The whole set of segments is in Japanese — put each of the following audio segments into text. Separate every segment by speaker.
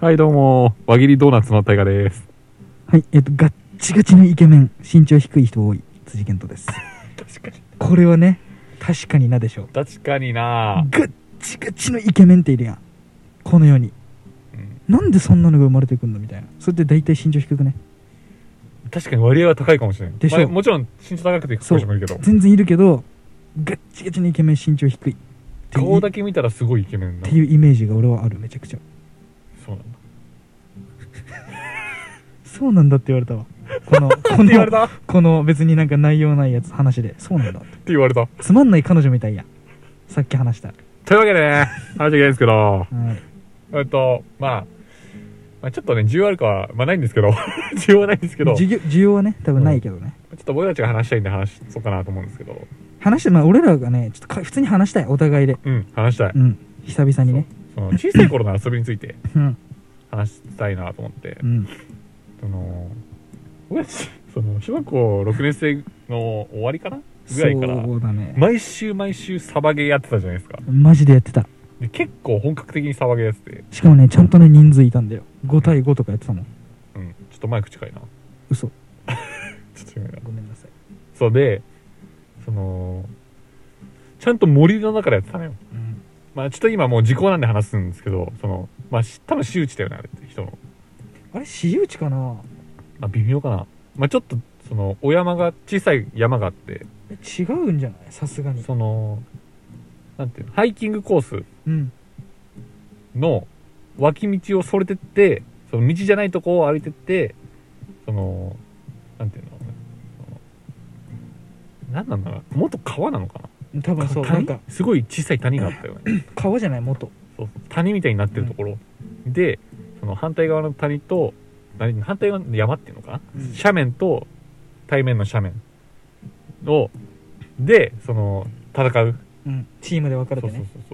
Speaker 1: はい、どうも。輪切りドーナツの大河です。
Speaker 2: はい、えっと、ガッチガチのイケメン、身長低い人多い、辻健人です。
Speaker 1: 確かに。
Speaker 2: これはね、確かになでしょう。
Speaker 1: 確かにな
Speaker 2: ガッチガチのイケメンっているやん。この世に。
Speaker 1: うん
Speaker 2: なんでそんなのが生まれてくんのみたいな。それって大体身長低くね。
Speaker 1: 確かに割合は高いかもしれない。
Speaker 2: でしょ
Speaker 1: まあもちろん身長高くてかっこいい人もいるけど。
Speaker 2: 全然いるけど、ガッチガチのイケメン、身長低い。ってい
Speaker 1: 顔
Speaker 2: う
Speaker 1: だけ見たらすごいイケメン
Speaker 2: っ
Speaker 1: な
Speaker 2: て。いうイメージが俺はある、めちゃくちゃ。
Speaker 1: そうなんだ。
Speaker 2: そうなんだって言われたわ。この、こ
Speaker 1: って言われ
Speaker 2: の、
Speaker 1: たって
Speaker 2: この別になんか内容ないやつ話で。そうなんだって。
Speaker 1: 言われた。
Speaker 2: つまんない彼女みたいやん。さっき話した。は
Speaker 1: というわけでね、話していきたいんですけど、
Speaker 2: い。
Speaker 1: えっと、まあ、まあ、ちょっとね、需要あるかは、まあないんですけど、 需要はないんですけど、ちょ
Speaker 2: 需要需要はね、多分ないけどね。
Speaker 1: っと僕たちが話したいんで話そうかなと思うんですけど、
Speaker 2: 話して、まあ、俺らがね、ちょっとか普通に話したい、お互いで。
Speaker 1: うん、話したい。
Speaker 2: うん。久々にね。
Speaker 1: その小さい頃の遊びについて
Speaker 2: うん。
Speaker 1: 話したいなと思って
Speaker 2: う、ん。
Speaker 1: その、 僕たち、その、小学校6年生の終わりかなぐらいから、
Speaker 2: そうだね。
Speaker 1: 毎週毎週サバゲーやってたじゃないですか。
Speaker 2: マジでやってた。
Speaker 1: で結構本格的にサバゲーやってて、
Speaker 2: しかもね、ちゃんとね、人数いたんだよ。5対5とかやってたもん。
Speaker 1: うん、ちょっとマイク近いな。
Speaker 2: 嘘。
Speaker 1: ちょっと近いな。
Speaker 2: ごめんなさい。
Speaker 1: そうで、その、ちゃんと森の中でやってたのよ。
Speaker 2: うん。
Speaker 1: まあちょっと今もう時効なんで話すんですけど、その、まあし多分私有地だよね、あれって人の。
Speaker 2: あれ、私有地かな
Speaker 1: まあ微妙かな。まあちょっと、その、お山が、小さい山があって、
Speaker 2: え違うんじゃないさすがに。
Speaker 1: その、なんていうの、ハイキングコース
Speaker 2: うん。
Speaker 1: の脇道をそれてって、その道じゃないとこを歩いてって、その、なんていうの、そのなんなんだろう、元川なのかな
Speaker 2: 多分そう、
Speaker 1: か
Speaker 2: なん
Speaker 1: 谷
Speaker 2: か、
Speaker 1: すごい小さい谷があったよね。
Speaker 2: 川じゃない、元。
Speaker 1: そうそう谷みたいになってるところ、でその反対側の谷と何反対側の山っていうのかな、
Speaker 2: うん
Speaker 1: 斜面と対面の斜面をでその戦う
Speaker 2: うん。チームで分かれ
Speaker 1: そ
Speaker 2: て
Speaker 1: うそうそう
Speaker 2: ね。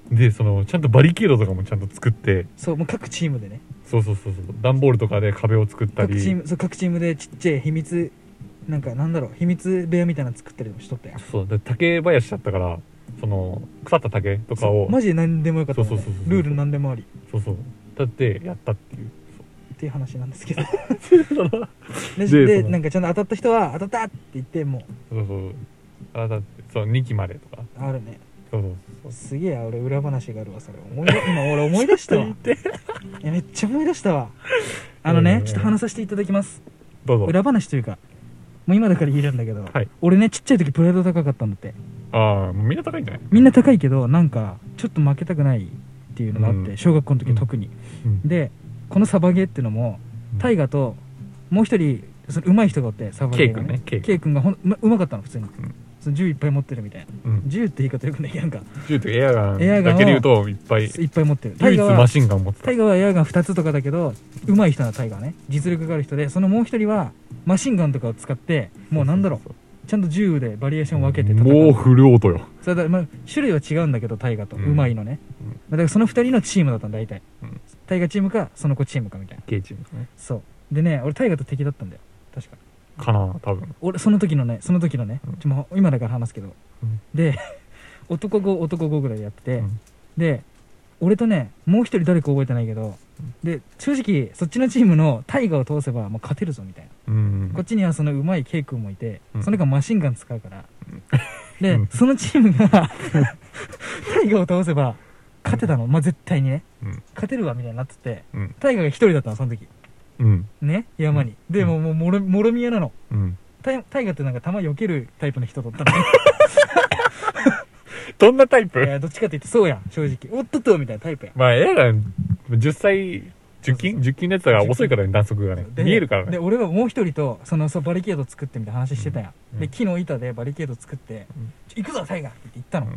Speaker 1: そうでそのちゃんとバリケードとかもちゃんと作って
Speaker 2: そう、もう各チームでね。
Speaker 1: そうそうそうそう段ボールとかで壁を作った
Speaker 2: 各チー
Speaker 1: り
Speaker 2: ム、そう、各チームでちっちゃい秘密、なんか、なんだろう、秘密部屋みたいなの作ったりもしとったよ。
Speaker 1: そうで竹林だったからその腐った竹とかを
Speaker 2: マジで何でもよかったもんね
Speaker 1: そうそうそうそう
Speaker 2: ルール何でもあり
Speaker 1: そうそうだってやったって いう
Speaker 2: っていう話なんですけど
Speaker 1: そうそう
Speaker 2: で
Speaker 1: で
Speaker 2: で
Speaker 1: その
Speaker 2: なんかちゃんと当たった人は当たったって言ってもう
Speaker 1: そうあだってそう2期までとか
Speaker 2: あるね
Speaker 1: そうそうそう
Speaker 2: すげえ俺裏話があるわそれ思い出今俺思い出 したわいやめっちゃ思い出したわあの
Speaker 1: うんうん
Speaker 2: ね
Speaker 1: うん
Speaker 2: ちょっと話させていただきます
Speaker 1: どうぞ
Speaker 2: 裏話というかもう今だから言えるんだけど、
Speaker 1: はい
Speaker 2: 俺ねちっちゃい時プライド高かったんだって
Speaker 1: ああ、もうみんな高いんじゃない
Speaker 2: みんな高いけどなんかちょっと負けたくないっていうのがあって、
Speaker 1: うん
Speaker 2: 小学校の時特に、でこのサバゲーってのも大
Speaker 1: 河
Speaker 2: ガともう一人その上手い人がおってサバゲーが、ね、
Speaker 1: ケイ君ねケイ君
Speaker 2: ケイ君がほんうまうまかったの普通に、
Speaker 1: ん
Speaker 2: その銃いっぱい持ってるみたいな
Speaker 1: うん。
Speaker 2: 銃って言い方よくないなんか
Speaker 1: 銃とエアガ
Speaker 2: エア
Speaker 1: ンだ
Speaker 2: ガンを
Speaker 1: けで言うと、いっぱい、
Speaker 2: いっぱい持ってるタ
Speaker 1: 唯
Speaker 2: イ
Speaker 1: 一
Speaker 2: ガ
Speaker 1: マ
Speaker 2: は
Speaker 1: シンガン持ってた
Speaker 2: タイ。ガはエアガン2つとかだけど上手い人なタイガはね実力がある人でそのもう一人はマシンガンとかを使ってもうなんだろうちゃんと銃でバリエーションを分けて戦
Speaker 1: もう
Speaker 2: う
Speaker 1: 不良とよ。
Speaker 2: それだ、まあ、種類は違うんだけどタイガと
Speaker 1: うん
Speaker 2: 上手いのね、
Speaker 1: うん
Speaker 2: まあだからその二人のチームだったんだ大体、
Speaker 1: うん
Speaker 2: タイガチームかその子チームかみたいな
Speaker 1: ケイチームね。
Speaker 2: そうでね俺タイガと敵だったんだよ確か
Speaker 1: かな、多分。
Speaker 2: 俺その時のねその時のね、
Speaker 1: うん
Speaker 2: ちょもう今だから話すけど、
Speaker 1: うん
Speaker 2: で 男5男5ぐらいでやってて、
Speaker 1: うん
Speaker 2: で俺とねもう一人誰か覚えてないけど、で正直そっちのチームのタイガを通せばもう勝てるぞみたいな、
Speaker 1: うん
Speaker 2: こっ。ちにはそのうまいケイ君もいて、
Speaker 1: うん
Speaker 2: その子はマシンガン使うから、で、
Speaker 1: うん
Speaker 2: そのチームがタイガを倒せば勝てたの、まあ、絶対にね
Speaker 1: うん。
Speaker 2: 勝てるわみたいになってて
Speaker 1: うん。
Speaker 2: タイガが一人だったのその時
Speaker 1: うん。
Speaker 2: ね山に、でもうもうもろもろみやなの
Speaker 1: うん。
Speaker 2: タイタイガってなんか弾避けるタイプの人だったのね
Speaker 1: どんなタイ
Speaker 2: い
Speaker 1: プ
Speaker 2: やどっちかって言ってそうやん正直おっとっとみたいなタイプや
Speaker 1: まあ、エアガン、10歳、10
Speaker 2: そ
Speaker 1: 金
Speaker 2: う
Speaker 1: ?10 金のやつだから遅いからね、弾速がね。
Speaker 2: で
Speaker 1: 見えるから
Speaker 2: で
Speaker 1: ね。
Speaker 2: 俺はもう一人とそのそうバリケード作ってみたいな話してたやん、
Speaker 1: うん
Speaker 2: で木の板でバリケード作って
Speaker 1: うん
Speaker 2: 「ちょ行くぞタイガ!」って言ったの、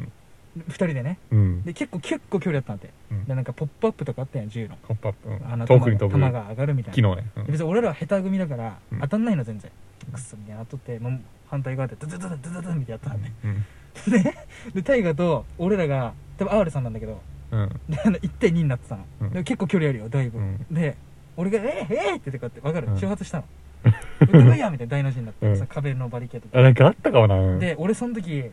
Speaker 2: 二人でね
Speaker 1: うん。
Speaker 2: で結構結構距離だったんだって、
Speaker 1: うん
Speaker 2: でなんかポップアップとかあったやん銃の
Speaker 1: コンパップう
Speaker 2: あ
Speaker 1: ん。
Speaker 2: の
Speaker 1: 遠くに飛
Speaker 2: 弾
Speaker 1: ぶ。
Speaker 2: が上がるみたい
Speaker 1: 機
Speaker 2: な
Speaker 1: 能ね。うん
Speaker 2: で別に俺らは下手組だから
Speaker 1: うん
Speaker 2: 当たんないの全然、クソみたいなの当たってもう反対側でドドドドドドドみたいなやったんで、
Speaker 1: うん。
Speaker 2: ででタイガと俺らが多分アールさんなんだけど
Speaker 1: うん。
Speaker 2: であの1対2になってたの、
Speaker 1: うん
Speaker 2: でも結構距離あるよだいぶ、
Speaker 1: うん
Speaker 2: で俺が「えー、えー、って言ってこうやって分かる、
Speaker 1: うん
Speaker 2: 挑 発したの「うっとこいや!」みたいな大の字になって、
Speaker 1: うん
Speaker 2: その壁のバリケード
Speaker 1: あ、なんかあったかもな。うん
Speaker 2: で、で俺その時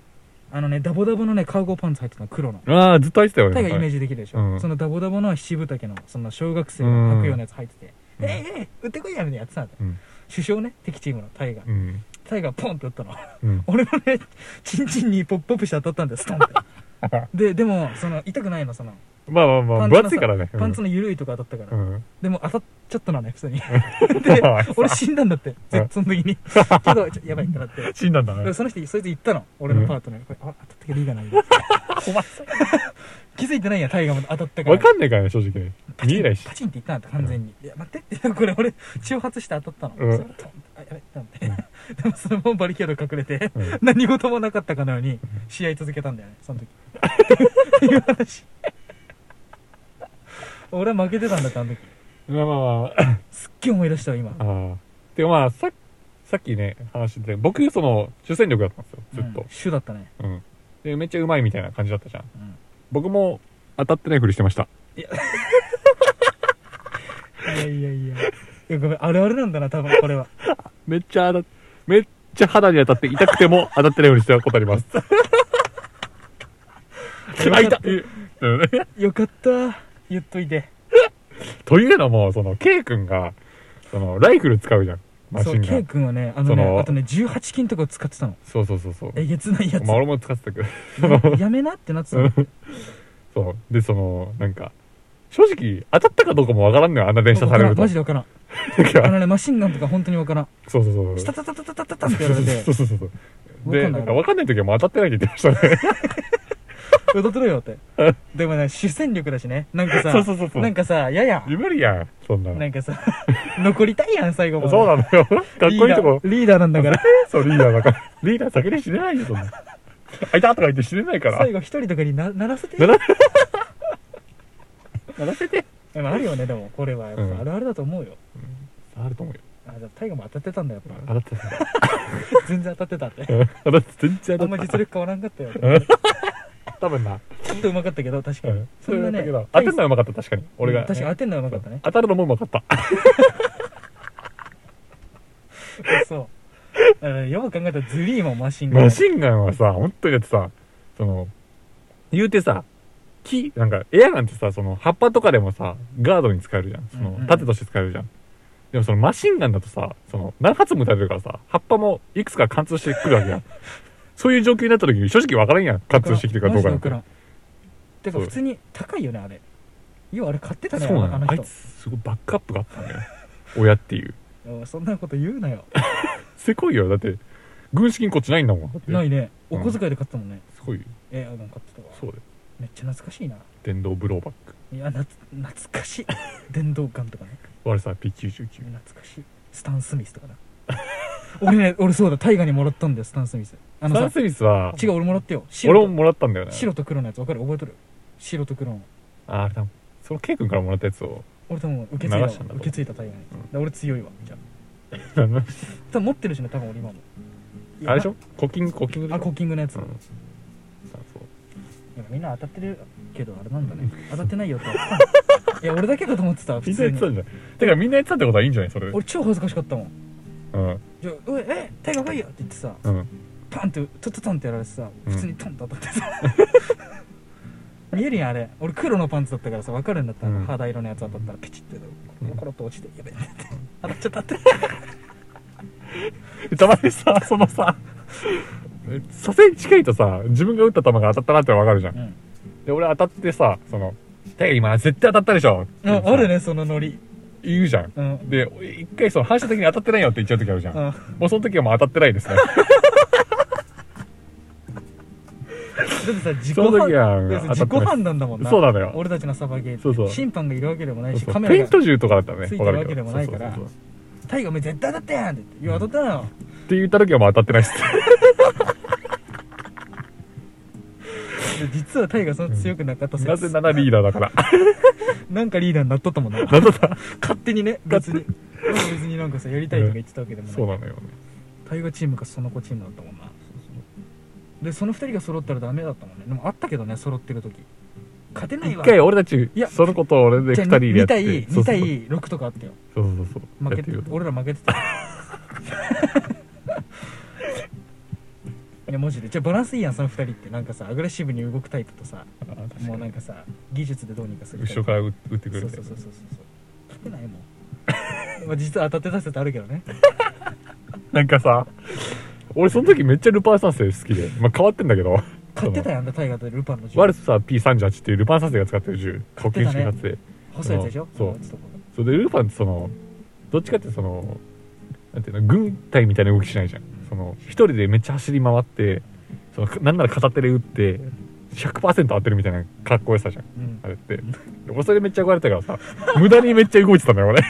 Speaker 2: あのねダボダボのねカーゴパンツ入ってたの黒の
Speaker 1: ああずっと入ってたよ
Speaker 2: タイがイメー
Speaker 1: ジ
Speaker 2: ジできるでしょ、
Speaker 1: うん
Speaker 2: そのダボダボの七分丈のその小学生が履くようなやつ入ってて「
Speaker 1: うん
Speaker 2: えいえい打ってこいや!」みたいなやってたんだよ、
Speaker 1: うん
Speaker 2: 首相ね敵チームのタイが、
Speaker 1: うん
Speaker 2: タイがポンって打ったの
Speaker 1: うん
Speaker 2: 俺のねチンチンにポップアップして当たったんだよストンって ででもその痛くないのその
Speaker 1: まあまあまあ分
Speaker 2: パンツの
Speaker 1: 厚いからね
Speaker 2: パンツ
Speaker 1: の
Speaker 2: の緩いとこ当たったか
Speaker 1: う
Speaker 2: ら、
Speaker 1: ん
Speaker 2: でも当たっちゃったのね普通に で俺死んだんだってぜその時にけどちょやばいってなって
Speaker 1: 死んだんだね
Speaker 2: でその人そいつ言ったの俺のパートナーに、これあ当たったけどいいかなみたいな 気づいてないんやタイガーも当たったから
Speaker 1: 分かんないからね正直ね見えないし
Speaker 2: パチンっていったんだ完全に、いや待ってこれ俺血を発して当たったの、
Speaker 1: うん
Speaker 2: それトンあやべってなって、でもそのままバリケード隠れて、
Speaker 1: うん
Speaker 2: 何事もなかったかのように試合続けたんだよね その時っていう話俺は負けてたんだってあの時
Speaker 1: まあまあまあ
Speaker 2: すっげえ思い出したわ今
Speaker 1: ああでまあささっきね話してて僕その主戦力だったんですよずっ
Speaker 2: う
Speaker 1: と
Speaker 2: ん、主だったね、
Speaker 1: うんでめっちゃうまいみたいな感じだったじゃん
Speaker 2: うん
Speaker 1: 僕も当たってないふりしてました
Speaker 2: いやいやいやいやごめんあるあるなんだな多分これは
Speaker 1: めっちゃ当たっめっちゃ肌に当たって痛くても当たってないふりしてたことあります あ痛いうん
Speaker 2: よかった言っといて
Speaker 1: というのもその K 君がそのライフル使うじゃんマ
Speaker 2: そ
Speaker 1: シ
Speaker 2: う
Speaker 1: ンガ
Speaker 2: K
Speaker 1: ン
Speaker 2: 君はねあの
Speaker 1: そ
Speaker 2: ね
Speaker 1: の
Speaker 2: あとね18金とかを使ってたの
Speaker 1: そうそうそうそう
Speaker 2: えげつないやつ、
Speaker 1: まあ俺も使ってたけど
Speaker 2: ややめなってなってたの
Speaker 1: そうでそのなんか正直当たったかどうかもわからんのよあんな連射されると
Speaker 2: マジでわからんあのねマシンガンとか本当にわからん
Speaker 1: そうそうそう
Speaker 2: ス
Speaker 1: そ
Speaker 2: タ
Speaker 1: う
Speaker 2: タタタタタタタってやられて
Speaker 1: そうそうそうそうで
Speaker 2: わかんな
Speaker 1: な
Speaker 2: い
Speaker 1: んかわかんない時はもう当たってないって言ってましたね
Speaker 2: 踊ってろよってでもね主戦力だしねなんか さ
Speaker 1: そうそうそうそう
Speaker 2: なんかさやや
Speaker 1: 無理やんそんなの
Speaker 2: な んかさ残りたいやん最後まで
Speaker 1: そうなの よかっこいいとこ
Speaker 2: リーダーリーダーなんだから
Speaker 1: そうリーダ ーだからリーダー先に死ねないよそんなあいたとか言って死ねないから
Speaker 2: 最後一人とかになならせて
Speaker 1: なら
Speaker 2: ならせてでもあるよねでもこれはやっ
Speaker 1: うん
Speaker 2: ぱあるあるだと思うよ、
Speaker 1: あると思うよ
Speaker 2: あでもタイガも当たってたんだやっぱ
Speaker 1: 当たってた
Speaker 2: 全然当たってたって
Speaker 1: 当たって全然
Speaker 2: あ
Speaker 1: 当
Speaker 2: ん
Speaker 1: た
Speaker 2: ま
Speaker 1: っ
Speaker 2: 実
Speaker 1: た
Speaker 2: 力変わらんかったよ
Speaker 1: 多分な
Speaker 2: ちょっとうまかったけど確か
Speaker 1: う
Speaker 2: に
Speaker 1: ん
Speaker 2: そんなね
Speaker 1: だけど当てるの
Speaker 2: は
Speaker 1: はうまかった確かに俺が
Speaker 2: 確かに当てんのはうまかったね
Speaker 1: 当たるのもうまかった
Speaker 2: そうだからよく考えたらズリーもマシンガン
Speaker 1: マシンガンはさ、本当にだってさ、その、言うてさ、木、なんか、エアガンってさ、その、葉っぱとかでもさ、ガードに使えるじゃん。そ
Speaker 2: うん
Speaker 1: の
Speaker 2: うんう、ん
Speaker 1: 盾として使えるじゃん。でもそのマシンガンだとさ、その、何発も撃たれるからさ、葉っぱもいくつか貫通してくるわ けやん。そういう状況になった時に正直わからんやん。貫通してきてるかどうかなんて。
Speaker 2: マジで送らんてか
Speaker 1: そう
Speaker 2: 普通に高いよねあれ要はあれ買ってたね
Speaker 1: そう
Speaker 2: あ
Speaker 1: な
Speaker 2: の
Speaker 1: の。あい
Speaker 2: 人
Speaker 1: つ、すごいバックアップがあったんだよ。親っていう。
Speaker 2: おいそんなこと言うなよ
Speaker 1: せこいよ。だって、軍資金こっちないんだもん。だって
Speaker 2: ないね
Speaker 1: う
Speaker 2: お
Speaker 1: ん
Speaker 2: 小遣いで買ったもんね
Speaker 1: すごいよ。
Speaker 2: えあの買ってたわ
Speaker 1: そうだよ。
Speaker 2: めっちゃ懐かしいな
Speaker 1: 電動ブローバック。
Speaker 2: いやなつ懐 かしい電動ガンとかね
Speaker 1: 我さ、P99。
Speaker 2: 懐かしいスタン・スミスとかな 俺ね俺そうだ大河にもらったんだよスタン・スミスあ
Speaker 1: サ
Speaker 2: の
Speaker 1: ン
Speaker 2: さ
Speaker 1: スミスは、
Speaker 2: 違う俺もらってよ白
Speaker 1: 俺
Speaker 2: と
Speaker 1: ももらったんだよね。
Speaker 2: 白と黒のやつ分かる覚えとる白と黒の
Speaker 1: あ、あれ多分、そのケイ君からもらったやつを。
Speaker 2: 俺多分受け継いだ
Speaker 1: 流
Speaker 2: わ
Speaker 1: したんだと思う
Speaker 2: 受け継いだ大河に、
Speaker 1: うん
Speaker 2: だから俺強いわじゃあ
Speaker 1: あ
Speaker 2: 多分持ってるしね多分俺今も
Speaker 1: れでしょコッキング、コッキングでしょ
Speaker 2: あコッキングのやつ、
Speaker 1: うん。
Speaker 2: いやみんな当たってるけどあれなんだね当たってないよって いや俺だけかと思ってた
Speaker 1: み
Speaker 2: 普
Speaker 1: んなや
Speaker 2: 通
Speaker 1: ってた
Speaker 2: に
Speaker 1: んじゃないてかみんなやってたってことはいいんじゃないそれ。うん。
Speaker 2: 俺超恥ずかしかったもん
Speaker 1: うん。
Speaker 2: じゃあうええ手が来いよって言ってさ
Speaker 1: うん。
Speaker 2: パンってトトトンってやられてさ
Speaker 1: うん
Speaker 2: 普通にトンと当たってさ、見えるやんあれ俺黒のパンツだったからさ分かるんだったら、
Speaker 1: うん
Speaker 2: 肌色のやつ当たったらピチッて
Speaker 1: うん
Speaker 2: コロッと落ちて やべえって当たっちゃったって
Speaker 1: たまにさ、そのさ、左遷近いとさ、自分が打った球が当たったなってわかるじゃん
Speaker 2: う。ん、
Speaker 1: で、俺当たってさ、その、てか今絶対当たったでしょ。
Speaker 2: うん、ある。ねそのノリ
Speaker 1: 言うじゃん。
Speaker 2: うん
Speaker 1: で、一回その反射的に当たってないよって言っちゃう時あるじゃん。
Speaker 2: うん
Speaker 1: もうその時はもう当たってないですね。
Speaker 2: だってさ自己
Speaker 1: その時は
Speaker 2: 判だってさ自己判断だもんな
Speaker 1: そうなのよ
Speaker 2: 俺たちのサバゲーって
Speaker 1: そうそう
Speaker 2: 審判がいるわけでもない
Speaker 1: そう
Speaker 2: し
Speaker 1: そう
Speaker 2: カメ
Speaker 1: ペイ
Speaker 2: ラ
Speaker 1: ント
Speaker 2: が
Speaker 1: 銃とかだったらね、
Speaker 2: ついて
Speaker 1: わか
Speaker 2: るわ
Speaker 1: る
Speaker 2: け
Speaker 1: け
Speaker 2: で
Speaker 1: ど。
Speaker 2: もないから
Speaker 1: そうそうそうそう
Speaker 2: 「タイガお前絶対当たったやん!」って言って「いや当たった
Speaker 1: っ
Speaker 2: よ
Speaker 1: て言った時はもう当たってないっす。
Speaker 2: で」実はタイガその強くなかった
Speaker 1: なぜならリーダーだから。
Speaker 2: なんかリーダーになっとったもんな
Speaker 1: なんだった
Speaker 2: 勝手にね別に俺も別になんかさやりたいとか言ってたわけでも
Speaker 1: そう
Speaker 2: ない
Speaker 1: なのよね。
Speaker 2: タイガチームかその子チームだったもんなでその二人が揃ったらダメだったもんねでもあったけどね揃ってる時勝てない
Speaker 1: 一
Speaker 2: わ
Speaker 1: 回俺たち
Speaker 2: いや、
Speaker 1: その子と俺で
Speaker 2: じ
Speaker 1: 二
Speaker 2: ゃあ
Speaker 1: 人でやって。
Speaker 2: 2対
Speaker 1: そう
Speaker 2: 2対6とかあったよ
Speaker 1: そうそうそうそう。
Speaker 2: 負け
Speaker 1: やっててるよ
Speaker 2: 俺ら負けてたいやマジでじゃあバランスいいやんその2人ってなんかさアグレッシブに動くタイプとさ
Speaker 1: あー確
Speaker 2: もう
Speaker 1: か
Speaker 2: なん
Speaker 1: に
Speaker 2: かさ技術でどうにかする
Speaker 1: 後ろ
Speaker 2: ら
Speaker 1: から打打ってくれ
Speaker 2: そう
Speaker 1: て
Speaker 2: そうそうそうそうそう勝てないもんまあ実は当たってた説あるけどね
Speaker 1: なんかさ俺その時めっちゃルパン三世好きで、まあ、変わってんだけど
Speaker 2: 買ってたやんだタイガーとルパンの銃
Speaker 1: ワルスさ P38 っていうルパン三世が使ってる銃
Speaker 2: 買っ
Speaker 1: 特
Speaker 2: て
Speaker 1: 権
Speaker 2: た
Speaker 1: 式
Speaker 2: ね
Speaker 1: 発生
Speaker 2: 細いやつでしょ
Speaker 1: そう
Speaker 2: あのやつとか
Speaker 1: それでルパンってそのどっちかってそのなんていうの軍隊みたいな動きしないじゃんその一人でめっちゃ走り回ってそのなんなら片手で撃って100%当てるみたいなかっこよさじゃん
Speaker 2: うん
Speaker 1: あれって俺それめっちゃ憧れてたからさ無駄にめっちゃ動いてたんだよ俺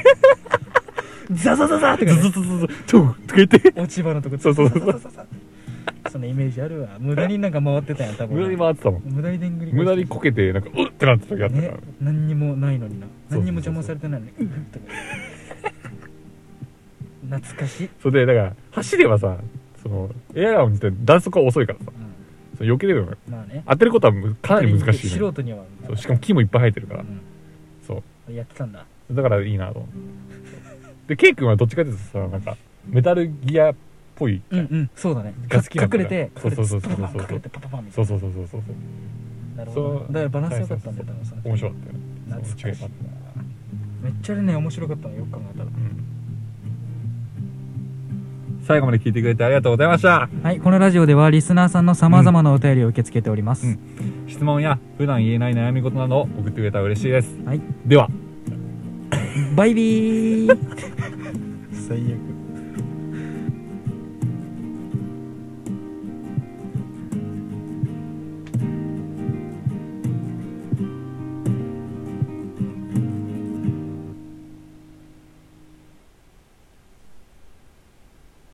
Speaker 2: ザザザザって
Speaker 1: ズ
Speaker 2: か
Speaker 1: ズズ
Speaker 2: ね
Speaker 1: ズズチョーとか言って
Speaker 2: 落ち葉のとこ
Speaker 1: そうそうそう
Speaker 2: ザザザザザそのイメージあるわ無駄になんか回ってたやん多分
Speaker 1: 無駄に回ってたもん
Speaker 2: 無駄にでんぐり
Speaker 1: 無駄にこけてなんかうっってなってた時あったから、
Speaker 2: ね何にもないのにな
Speaker 1: そうそうそう
Speaker 2: 何にも邪魔されてないのにうふとか懐かしい、
Speaker 1: それでだから走ればさそのエアガンって弾速が遅いからさ
Speaker 2: うん
Speaker 1: その避けれるのよ
Speaker 2: まあね
Speaker 1: 当てることはむかなり難しいの
Speaker 2: 素
Speaker 1: よ
Speaker 2: 人には
Speaker 1: そうしかも木もいっぱい生えてるからそ
Speaker 2: うんやってたんだ
Speaker 1: うだからいいなと思ってでケイ君はどっちかっていうとさなんかメタルギアっぽい
Speaker 2: うんうんそうだね
Speaker 1: が好きな
Speaker 2: 隠
Speaker 1: んだ
Speaker 2: れて
Speaker 1: そうそうそう
Speaker 2: パ
Speaker 1: そう
Speaker 2: パ
Speaker 1: そう
Speaker 2: パン隠れてパパパンみた
Speaker 1: そ
Speaker 2: いう
Speaker 1: そうそうそうそうそう
Speaker 2: ななるほど
Speaker 1: そう
Speaker 2: だからバランス良かったんだ
Speaker 1: はい
Speaker 2: よ多分その
Speaker 1: 面白かったよね
Speaker 2: 懐
Speaker 1: そう
Speaker 2: か
Speaker 1: 違い
Speaker 2: しい
Speaker 1: があっ
Speaker 2: なめっちゃね面白かったのよく考えたら
Speaker 1: うん最後まで聞いてくれてありがとうございました
Speaker 2: はいこのラジオではリスナーさんのさまざまなお便りを受け付けております、
Speaker 1: うん質問や普段言えない悩み事などを送ってくれたら嬉しいです
Speaker 2: はい
Speaker 1: では
Speaker 2: バイビー最悪